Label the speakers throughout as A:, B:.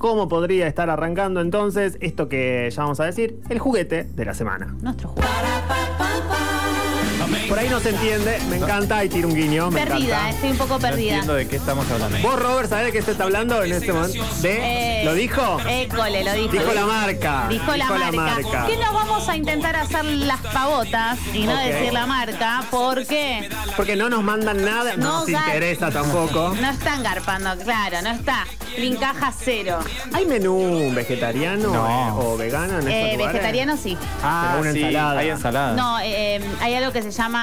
A: ¿Cómo podría estar arrancando entonces esto que ya vamos a decir? El juguete de la semana.
B: Nuestro juego.
A: Por ahí no se entiende, me encanta y tiro un guiño, me
B: Perdida,
A: encanta.
B: estoy un poco
C: No
B: perdida.
C: entiendo de qué estamos hablando.
A: Vos, Robert, ¿sabés de qué se está hablando en este momento? ¿De?
B: Eh,
A: ¿Lo dijo?
B: École, lo dijo.
A: Dijo la marca.
B: Dijo la marca. Que nos vamos a intentar hacer las pavotas y no
A: Ok.
B: decir la marca porque
A: Porque no nos mandan nada, no
B: No,
A: nos
B: Gal.
A: interesa tampoco.
B: no están garpando, claro, no está. Brincaja cero.
A: ¿Hay menú vegetariano
C: No.
A: eh, o vegano en estos
B: Eh,
A: lugares? Ah.
B: vegetariano sí.
C: Ah,
A: Pero una
C: sí,
A: ensalada.
C: hay ensalada.
B: No, eh, eh, hay algo que se llama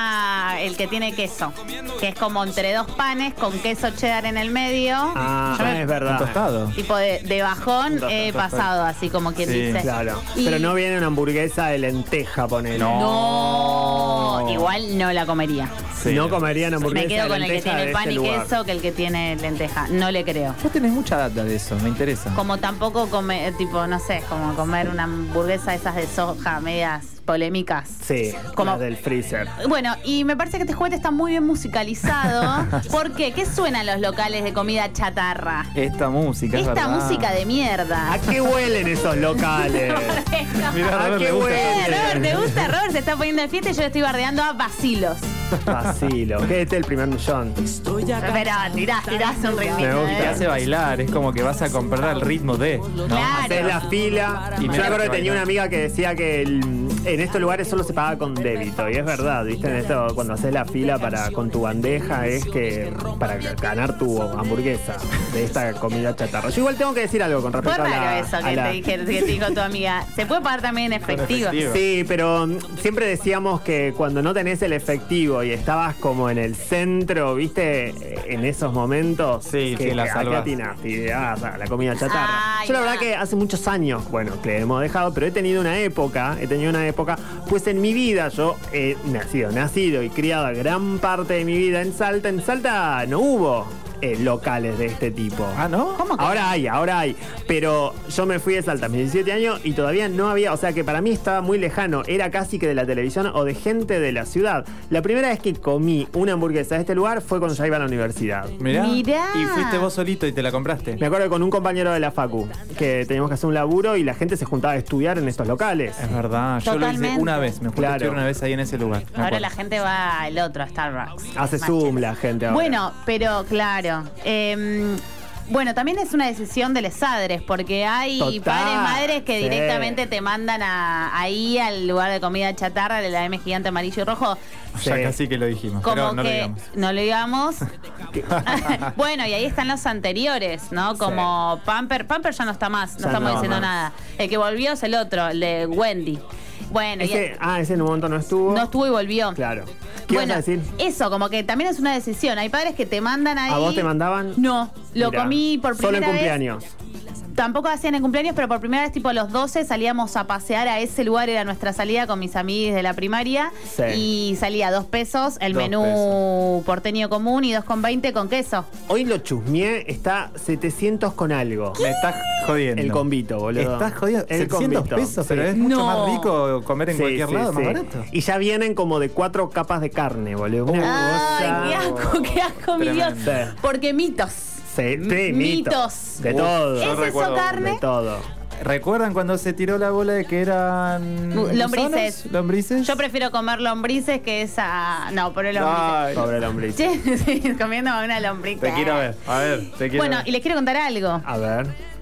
B: el que tiene queso, que es como entre dos panes con queso cheddar en el medio.
A: Ah,
B: Yo me-
A: es
C: Un
A: verdad.
C: tostado.
B: Tipo de, de bajón
A: Tostado,
B: he
C: tostado.
B: pasado, así como quien
C: Sí,
B: dice.
A: Claro.
B: Y-
A: Pero no viene una hamburguesa de lenteja, ponele.
C: No.
B: No, igual no la comería.
C: Sí.
A: No comerían hamburguesa
B: Me quedo
A: de
B: con el que
A: lenteja
B: tiene
A: de
B: pan
A: este
B: y
A: lugar.
B: queso que el que tiene lenteja. No le creo.
C: Vos tenés mucha data de eso, me interesa.
B: Como tampoco comer, tipo, no sé, como comer una hamburguesa esas de soja, medias polémicas.
A: Sí,
B: Como-
A: las del freezer.
B: Bueno, y me parece que este juguete está muy bien musicalizado. ¿Por qué? ¿Qué suenan los locales de comida chatarra?
C: Esta música, es
B: Esta
C: verdad.
B: música de
A: ¿A
B: mierda.
A: qué huelen esos locales?
C: Mirá,
A: Ah,
C: Robert,
A: qué
C: le gusta.
A: bueno.
B: Eh, Robert, ¿te gusta? Robert se está poniendo de fiesta y yo le estoy bardeando a vacilos.
A: Vacilo. Que este es el primer millón.
B: Pero tirás, tirás un ¿eh? ritmo.
A: Me gusta.
C: Te hace bailar, es como que vas a comprar al ritmo de.
B: Claro.
A: Haces la fila.
C: Y
A: Yo me
C: tenés
A: acuerdo
C: que
A: que tenía
C: bailar.
A: una amiga que decía que el- en estos lugares solo se paga con débito. Y es verdad, ¿viste? En esto, cuando haces la fila para con tu bandeja es que para ganar tu hamburguesa de esta comida chatarra. Yo igual tengo que decir algo con
B: Fue
A: respecto a la...
B: raro eso
A: a
B: que,
A: la-
B: te dije, que te dijo tu amiga. Se puede pagar también en efectivo.
C: efectivo.
A: Sí, pero mm, siempre decíamos que cuando no tenés el efectivo y estabas como en el centro, ¿viste? E, En esos momentos.
C: Sí,
A: que,
C: sí, la
A: que- ¿a qué
C: salvás.
A: atinaste? Y, ah, o sea, la comida chatarra.
B: Ay,
A: Yo la
B: no.
A: verdad que hace muchos años, bueno, que hemos dejado, pero he tenido una época, he tenido una época, pues en mi vida yo he nacido, nacido y criado gran parte de mi vida en Salta. En Salta no hubo eh, locales de este tipo.
C: Ah, ¿no? ¿Cómo
A: Ahora hay, ahora hay. Pero yo me fui de Salta a mis 17 años y todavía no había, o sea que para mí estaba muy lejano. Era casi que de la televisión o de gente de la ciudad. La primera vez que comí una hamburguesa de este lugar fue cuando ya iba a la universidad.
C: Mirá.
B: Mirá.
C: Y fuiste vos solito y te la compraste.
A: Me acuerdo que con un compañero de la Facu, que teníamos que hacer un laburo y la gente se juntaba a estudiar en estos locales.
C: Es verdad, yo lo
B: Totalmente.
C: hice una vez. Me fui
A: Claro.
C: a estudiar una vez ahí en ese lugar. me
B: Ahora
C: acuerdo.
B: la gente va al otro, a Starbucks.
A: Hace
B: Más
A: Zoom
B: cheto.
A: la gente ahora.
B: Bueno, pero claro. eh, bueno, también es una decisión de los adres, porque hay
A: Total,
B: padres madres que
A: sí.
B: directamente te mandan a- ahí al lugar de comida chatarra de la M gigante amarillo y rojo.
C: Ya
A: Sí.
C: casi que lo dijimos,
B: Como
C: pero no
B: que
C: lo digamos.
B: no lo digamos. bueno, y ahí están los anteriores, ¿no? Como Pamper. Pamper ya no está más, no
A: Ya
B: estamos
A: no,
B: diciendo
A: más.
B: nada. El que volvió es el otro, el de Wendy. Bueno, y
A: Ese- ah, ese en un momento no estuvo.
B: no estuvo y volvió.
A: Claro. ¿Qué
B: Bueno,
A: ibas a decir?
B: eso, como que también es una decisión. Hay padres que te mandan ahí.
A: ¿A vos te mandaban?
B: No, lo
A: Mirá,
B: comí por primera
A: Solo en
B: vez.
A: cumpleaños.
B: Tampoco hacían en cumpleaños, pero por primera vez, tipo a los 12, salíamos a pasear a ese lugar, era nuestra salida con mis amigos de la primaria.
A: Sí.
B: Y salía dos pesos, el
C: Dos
B: menú porteño común y dos con veinte con queso.
A: Hoy lo chusmeé, está 700 con algo.
C: Me estás jodiendo.
A: El convito, boludo.
C: Estás jodiendo.
A: El
C: 700
A: convito,
C: pesos,
A: sí.
C: pero es mucho
B: No.
C: más rico comer en
A: Sí,
C: cualquier
A: sí,
C: lado, más
A: sí.
C: barato.
A: Y ya vienen como de cuatro capas de carne, boludo. Una
B: Ay, qué
A: cosa-
B: asco, qué asco, mi Dios.
C: Tremendo.
A: Sí.
B: Porque mitos.
A: Sí, sí, mitos.
B: Mitos.
A: De
C: Uf,
A: todo.
C: yo
B: ¿Es eso
C: recuerdo uno.
A: De
B: carne?
A: todo.
C: ¿Recuerdan cuando se tiró la bola de que eran.
B: Bu- lombrices.
C: gusanos? ¿Lombrices?
B: Yo prefiero comer lombrices que esa. No, por el lombrices.
C: Ay,
A: Pobre lombriz.
B: Che, sí, comiendo una lombriz.
C: Te quiero ver. A ver, te quiero
B: Bueno,
C: ver.
B: y les quiero contar algo.
A: A ver.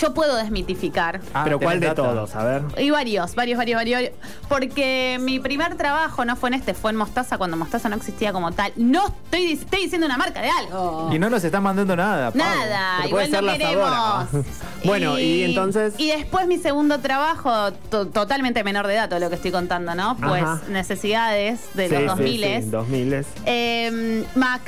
B: Yo puedo desmitificar.
C: Ah,
A: Pero ¿cuál de
C: tenés data.
A: todos? A ver.
B: Y varios, varios, varios, varios. Porque mi primer trabajo no fue en este, fue en Mostaza, cuando Mostaza no existía como tal. No estoy, dic- estoy diciendo una marca de algo.
C: Y no nos están mandando nada. Pablo.
A: Este
B: Nada,
A: Pero puede
B: igual no
A: ser la Sabora.
B: queremos.
A: Bueno, y entonces-
B: Y después mi segundo trabajo, to- totalmente menor de edad, todo lo que estoy contando, ¿no? Pues
A: Ajá.
B: necesidades de
A: Sí,
B: los
A: sí,
B: 2000
A: sí, 2000.
B: eh, Mac,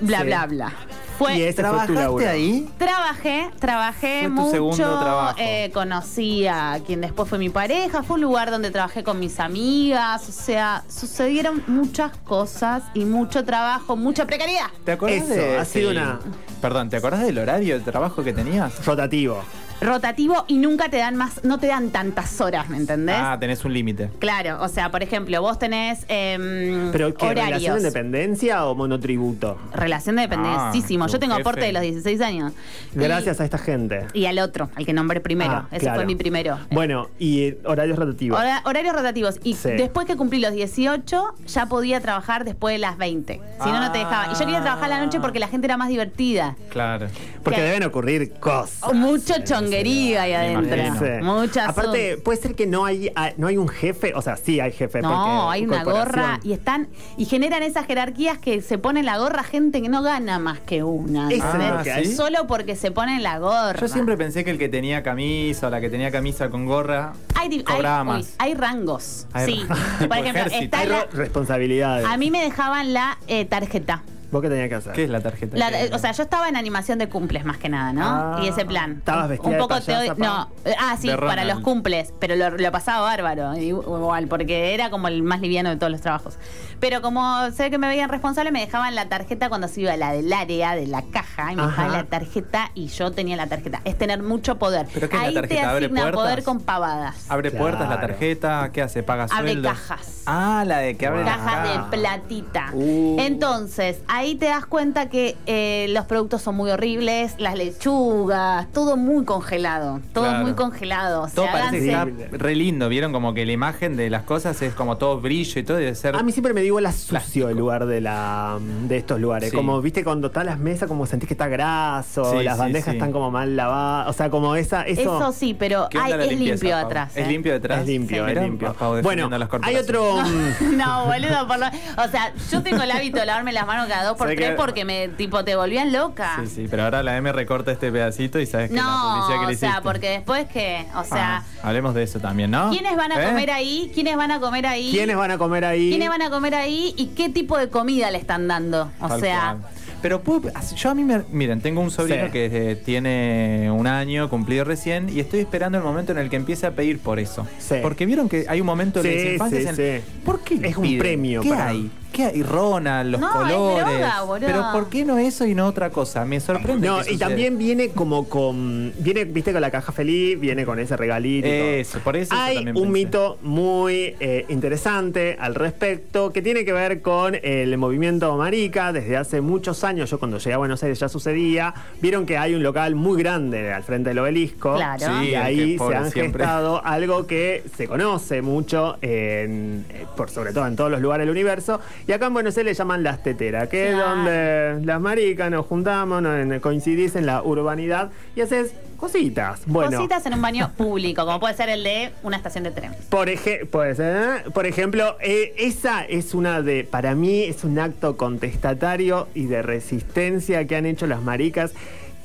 B: bla,
A: Sí.
B: bla, bla. Fue,
A: Y ese fue tu laburo.
C: ¿Trabajaste ahí?
B: Trabajé, trabajé
C: Fue tu
B: mucho.
C: segundo trabajo.
B: eh, conocí a quien después fue mi pareja. Fue un lugar donde trabajé con mis amigas. O sea, sucedieron muchas cosas y mucho trabajo, mucha precariedad.
C: ¿Te acordás
A: Eso,
C: de-
A: ha sido una-
C: Perdón, ¿te acordás del horario de trabajo que tenías?
A: Rotativo.
B: rotativo y nunca te dan más, no te dan tantas horas, ¿me entendés?
C: Ah, tenés un límite.
B: Claro, o sea, por ejemplo, vos tenés em,
A: ¿Pero qué? ¿Relación
B: horarios.
A: de dependencia o monotributo?
B: Relación de dependencísimo.
C: Ah,
B: Yo
C: tu
B: tengo
C: jefe.
B: aporte de los 16 años. Y-
A: Gracias a esta gente.
B: Y al otro, al que nombré primero.
A: Ah,
B: Ese
A: claro.
B: fue mi primero.
A: Bueno, y eh, horarios rotativos.
B: Hora- horarios rotativos. Y
A: Sí.
B: después que cumplí los 18, ya podía trabajar después de las 20. Si no, no te dejaba. Y yo quería trabajar la noche porque la gente era más divertida.
C: Claro.
A: Porque
B: ¿Qué?
A: deben ocurrir cosas.
B: Mucho chonguería ahí adentro.
C: imagino.
A: Sí.
B: Muchas
A: Aparte, puede ser que no hay, ah, no hay un jefe, o sea, sí hay jefe.
B: No,
A: porque
B: hay una gorra
A: corporación.
B: y están y generan esas jerarquías que se ponen la gorra gente que no gana más que una.
A: Eso es
B: ¿entendés?
A: lo que hay.
B: Solo porque se ponen la gorra.
C: Ah, Yo siempre pensé que el que tenía camisa o la que tenía camisa con gorra
B: hay, di- hay-
C: cobraba
B: uy,
C: más.
B: hay rangos.
C: Hay
B: sí.
C: ra- tipo
B: Por ejemplo,
C: ejército.
B: está
C: Hay
B: la-
A: Responsabilidades.
B: a mí me dejaban la eh, tarjeta.
A: ¿Vos qué tenías que hacer?
C: ¿Qué es la tarjeta?
B: La- eh, o sea, yo estaba en animación de cumples más que nada, ¿no?
A: Ah.
B: y ese plan.
A: ¿Estabas
B: Un-
A: vestida
B: Un
A: de
B: poco
A: payasa, pa?
B: te- No. Eh, Ah, sí,
C: De
B: para
C: Ronald.
B: los cumples. Pero lo, lo pasaba bárbaro. i- Igual, porque era como el más liviano de todos los trabajos. Pero como sé que me veían responsable, me dejaban la tarjeta cuando se iba la del área, de la caja. Y me
A: Ajá.
B: dejaban la tarjeta y yo tenía la tarjeta. Es tener mucho poder.
C: ¿Pero qué es la
B: Ahí te
C: tarjeta? ¿Abre
B: asignan
C: puertas?
B: poder con pavadas.
C: Abre
A: Claro.
C: puertas la tarjeta, ¿qué hace? Paga
B: Abre
C: sueldos.
B: cajas.
C: Ah, la de que abre las
B: cajas
C: cajas.
B: de platita.
C: Uh.
B: Entonces, ahí te das cuenta que eh, los productos son muy horribles, las lechugas, todo muy congelado, todo
C: Claro.
B: muy congelado. O sea,
C: Todo parece que
A: sí.
C: está
B: háganse-
A: horrible.
C: re lindo, vieron como que la imagen de las cosas es como todo brillo y todo debe ser
A: A mí siempre me digo la sucio el lugar de la de estos lugares.
C: Sí.
A: Como viste cuando están las mesas, como sentís que está graso,
C: Sí,
A: las
C: sí,
A: bandejas
C: sí.
A: están como mal lavadas. O sea, como esa, eso,
B: eso sí, pero
C: ¿Qué
B: ay,
C: onda la
B: es
C: limpieza,
B: limpio
C: Pau?
B: atrás.
C: ¿Es
B: ¿eh?
C: limpio detrás?
A: es limpio, es
B: Sí.
C: Mirá,
A: limpio.
C: Pau defendiendo
A: Bueno,
C: a las
A: hay
C: corporaciones.
A: otro mm,
B: No, boludo, por lo- O sea, yo tengo el hábito de lavarme las manos cada dos por
C: Sé
B: tres
C: que-
B: porque me, tipo, te volvían loca.
C: Sí, sí, pero ahora la M recorta este pedacito y sabes que la
B: Ah. No,
C: publicidad que
B: o
C: le hiciste.
B: sea, porque después que, o sea,
C: Ah, hablemos de eso también, ¿no?
B: ¿quiénes van a
C: ¿Eh?
B: comer ahí? ¿Quiénes van a comer ahí?
A: ¿Quiénes van a comer ahí?
B: ¿Quiénes van a comer ahí y qué tipo de comida le están dando? O
C: Tal
B: sea,
C: cual. Pero puedo- así- yo a mí me. Miren, tengo un sobrino
A: Sí.
C: que eh, tiene un año, cumplido recién, y estoy esperando el momento en el que empiece a pedir por eso.
A: Sí.
C: Porque vieron que hay un momento en
A: Sí,
C: la infancia.
A: sí,
C: en-
A: sí.
C: ¿Por qué?
A: Es un
C: piden?
A: premio
C: ¿Qué
A: para-
C: hay? ¿Qué hay? Ronald, los
B: No, es
C: colores.
B: droga, boludo.
C: Pero ¿por qué no eso y no otra cosa? Me sorprende.
A: No,
C: que
A: y
C: suceda.
A: también viene como con. Viene, viste, con la caja feliz, viene con ese regalito. y todo.
C: Eso, por eso yo
A: Hay
C: también
A: un
C: pensé.
A: mito muy eh, interesante al respecto que tiene que ver con el movimiento marica. Desde hace muchos años, yo cuando llegué a Buenos Aires ya sucedía, vieron que hay un local muy grande al frente del obelisco.
B: Claro. Sí,
A: y
C: el
A: ahí
C: que
A: se
C: pobre
A: han
C: siempre.
A: gestado algo que se conoce mucho, en, eh, por sobre todo en todos los lugares del universo. Y acá en Buenos Aires le llaman las teteras, que
B: Claro.
A: es donde eh, las maricas, nos juntamos, nos- en- coincidís en la urbanidad y haces cositas. Bueno,
B: cositas en un baño público, como puede ser el de una estación de tren.
A: Por, eje- pues, ¿eh? por ejemplo, eh, esa es una de, para mí es un acto contestatario y de resistencia que han hecho las maricas,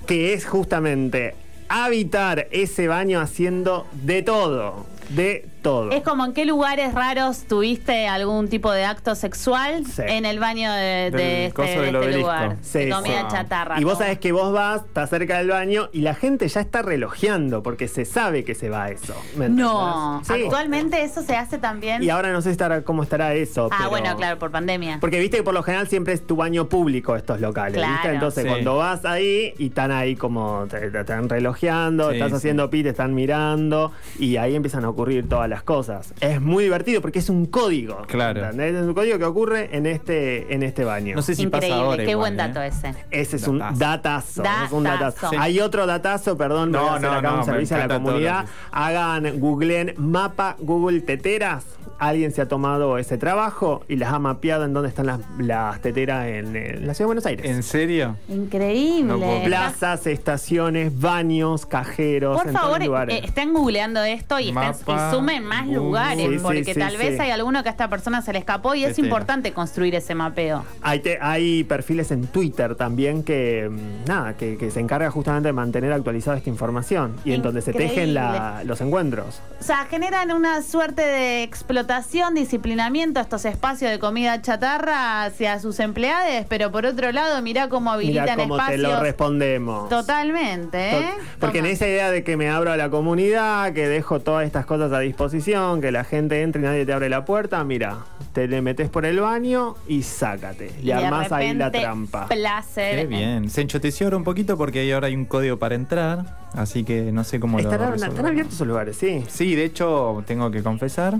A: que es justamente habitar ese baño haciendo de todo, de todo.
B: Es como en qué lugares raros tuviste algún tipo de acto sexual
A: Sí.
B: en el baño de, de
C: Del
B: este,
C: coso
B: de
C: del
B: este
C: obelisco.
B: lugar.
A: Sí,
B: de comida
C: sí.
B: chatarra.
A: Y vos
B: todo.
A: sabés que vos vas, estás cerca del baño y la gente ya está relojeando porque se sabe que se va a eso. ¿me
B: No,
A: entendés? Sí.
B: actualmente eso se hace también.
A: Y ahora no sé estará- cómo estará eso.
B: ah,
A: pero-
B: bueno, claro, por pandemia.
A: Porque viste que por lo general siempre es tu baño público estos locales,
B: Claro.
A: ¿viste? Entonces
C: Sí.
A: cuando vas ahí y están ahí como te, te están relojeando,
C: Sí,
A: estás
C: sí.
A: haciendo pi, te están mirando y ahí empiezan a ocurrir todas las cosas. Es muy divertido porque es un código.
C: Claro.
A: ¿entendés? Es un código que ocurre en este, en este baño.
C: No sé si
B: Increíble,
C: pasa ahora.
B: qué buen
C: igual, ¿eh?
B: dato ese.
A: Ese es un
C: Datazo.
A: datazo. ese es un
B: Datazo.
A: datazo.
B: Sí.
A: Hay otro datazo, perdón,
C: No,
A: no, voy a hacer
C: no,
A: acá
C: no,
A: un
C: me
A: servicio a la
C: encanta todo lo que
A: comunidad.
C: dices.
A: Hagan, googleen mapa Google teteras. Alguien se ha tomado ese trabajo y las ha mapeado en dónde están las, las teteras en, eh, la ciudad de Buenos Aires.
C: ¿En serio? No puedo
B: Increíble.
C: creer.
A: Plazas, estaciones, baños, cajeros,
B: Por
A: en todos
B: favor,
A: los lugares.
B: eh, estén googleando esto y, estén-
C: Mapa,
B: y sumen más
C: Google.
B: lugares,
A: Sí, sí,
B: porque
A: sí,
B: tal
A: sí.
B: vez hay alguno que a esta persona se le escapó y es
C: Tetera.
B: importante construir ese mapeo.
A: Hay, te- hay perfiles en Twitter también que mm, nada que, que se encarga justamente de mantener actualizada esta información y en donde se tejen la- los encuentros.
B: O sea, generan una suerte de explotación, disciplinamiento a estos espacios de comida chatarra hacia sus empleados, pero por otro lado, mirá cómo habilitan
A: Mira cómo te
B: espacios.
A: lo respondemos.
B: Totalmente, ¿eh?
A: Tot- Porque en
B: Toma.
A: esa idea de que me abro a la comunidad, que dejo todas estas cosas a disposición, que la gente entre y nadie te abre la puerta, mira, te le metes por el baño y sácate. Y,
B: de
A: armás ahí la
B: repente,
A: trampa.
B: Placer.
C: Qué bien. Se enchoteció ahora un poquito porque ahí ahora hay un código para entrar, así que no sé cómo lo
A: Estarán,
C: resolverán.
A: están abiertos esos lugares, sí.
C: Sí, de hecho, tengo que confesar.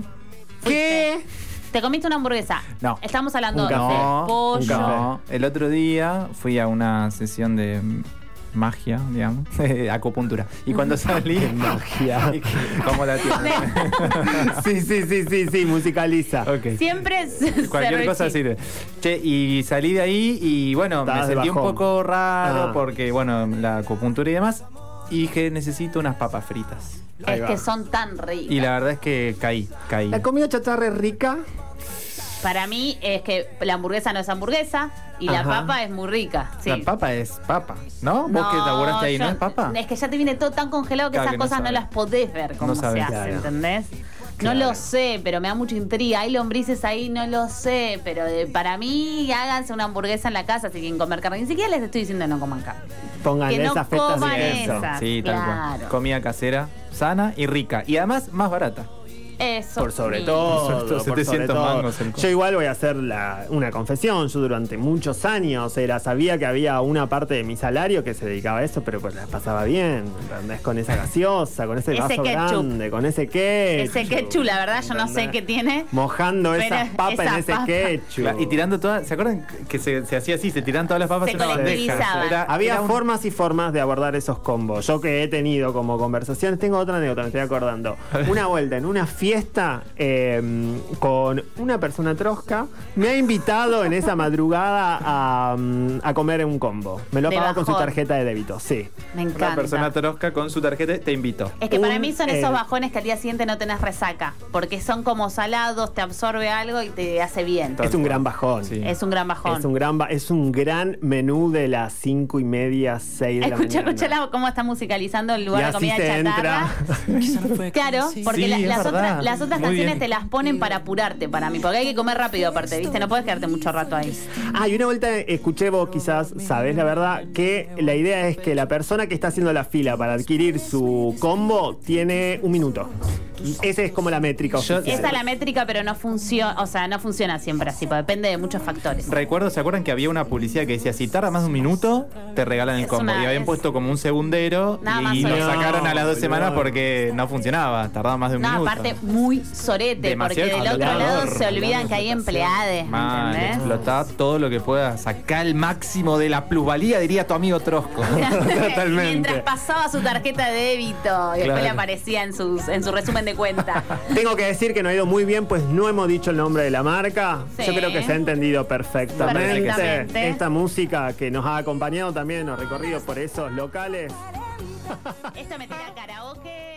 B: ¿Qué? Te comiste una hamburguesa.
C: No.
B: Estamos hablando
A: Un café.
B: de pollo.
A: un café.
C: no. El otro día fui a una sesión de mm, magia, digamos, acupuntura. Y cuando salí...
A: magia.
C: ¿Cómo la tienes?
A: sí, sí, sí, sí, sí, musicaliza.
C: Ok.
B: Siempre se
C: Cualquier
B: se
C: cosa
B: rechi-
C: sirve. Che, y salí de ahí y bueno,
A: Estabas de
C: me sentí un
A: bajón.
C: poco raro
A: Ah.
C: porque, bueno, la acupuntura y demás. Y dije, necesito unas papas fritas.
A: Ahí
B: Es
A: va.
B: que son tan ricas.
C: Y la verdad es que caí, caí.
A: La comida chatarra es rica.
B: Para mí es que la hamburguesa no es hamburguesa y la
A: Ajá.
B: papa es muy rica. Sí.
C: La papa es papa, ¿no? Vos
B: No,
C: que laburaste ahí, ¿no
B: yo-
C: es papa?
B: Es que ya te viene todo tan congelado que
C: Claro
B: esas
C: que no
B: cosas no,
C: sabe.
B: las podés ver cómo
C: No sabe,
B: se hace,
A: claro.
B: ¿entendés?
A: Claro.
B: No lo sé, pero me da mucha intriga. Hay lombrices ahí, no lo sé. Pero eh, para mí, háganse una hamburguesa en la casa si quieren comer carne. Ni siquiera les estoy diciendo no coman carne.
A: Pónganle
B: Que no
A: esas fetas
B: coman
A: de queso.
B: esas.
C: Sí, tal
B: Claro.
C: cual. Comida casera, sana y rica. Y además, más barata.
B: Eso.
A: Por sobre
B: sí.
A: todo,
C: Por sobre todo,
A: por
C: 700
A: sobre todo.
C: mangos el co-
A: Yo igual voy a hacer la- una confesión. Yo durante muchos años era, sabía que había una parte de mi salario que se dedicaba a eso, pero pues la pasaba bien. ¿entendés? Con esa gaseosa, con ese,
B: Ese
A: vaso
B: ketchup.
A: grande, con ese ketchup.
B: Ese ketchup, la verdad, yo no sé
A: ¿entendés?
B: qué tiene.
A: Mojando
B: Pero
A: esas papas
B: esa
A: en ese
B: papa.
A: ketchup.
C: Cla- Y tirando todas, ¿se acuerdan que se, se hacía así? Se tiran todas las papas
B: Se
C: en una bandeja.
B: colectivizaban.
C: Era-
A: Había
C: Ah, era un-
A: formas y formas de abordar esos combos. Yo que he tenido como conversaciones, tengo otra anécdota, me estoy acordando. Una vuelta en una fiesta eh, con una persona trosca, me ha invitado en esa madrugada a, mm, a comer un combo. Me lo ha
B: De
A: pagado con su
B: bajón.
A: tarjeta de débito, sí.
B: Me encanta.
C: Una persona torosca con su tarjeta te invitó.
B: Es que para
A: Un,
B: mí son
A: eh,
B: esos bajones que al día siguiente no tenés resaca, porque son como salados, te absorbe algo y te hace bien.
C: Tal
A: es un
C: cual.
A: gran bajón.
C: Sí.
B: Es un gran bajón.
A: Es un gran ba- es un gran menú de las cinco y media, seis de
B: Escucha,
A: la mañana.
B: escucha la- cómo está musicalizando el lugar
A: Y
B: de comida
A: así se
B: chatarra.
A: entra.
B: Claro, porque
C: Sí,
B: la-
C: es
B: las,
C: verdad.
B: otras, las otras
C: Muy
B: canciones
C: bien.
B: te las ponen para apurarte, para mí, porque hay que comer rápido aparte, ¿viste? No puedes quedarte mucho rato ahí.
A: Ah, y una vuelta escuché vos, quizás sabés la verdad, que la idea es que la persona que está haciendo la fila para adquirir su combo tiene un minuto. Esa es como la métrica.
C: Yo-
A: oficial.
B: Esa es la métrica, pero no funciona, o sea, no funciona siempre así, porque depende de muchos factores.
C: Recuerdo, ¿se acuerdan que había una publicidad que decía si tarda más de un minuto, te regalan el
B: Es
C: combo?
B: una-
C: Y habían
B: es-
C: puesto como un segundero
B: Nada más
C: y lo
B: solo.
C: sacaron a las dos
A: No,
C: semanas
A: boludo.
C: porque no funcionaba, tardaba más de un
B: No,
C: minuto.
B: aparte, muy sorete,
C: Demasiado
B: porque del otro
C: calor.
B: lado se olvidan que hay empleades,
C: Mal,
B: ¿entendés?
C: explotá todo lo que pueda, sacá el máximo de la plusvalía, diría tu amigo Trosco.
A: Totalmente.
B: Mientras pasaba su tarjeta de débito y después
C: Claro.
B: le aparecía en, sus, en su resumen de cuenta.
A: Tengo que decir que no ha ido muy bien, pues no hemos dicho el nombre de la marca.
B: Sí.
A: Yo creo que se ha entendido perfectamente.
B: Perfectamente.
A: Esta música que nos ha acompañado también en los recorridos por esos locales.
B: Esto me tira karaoke. eh,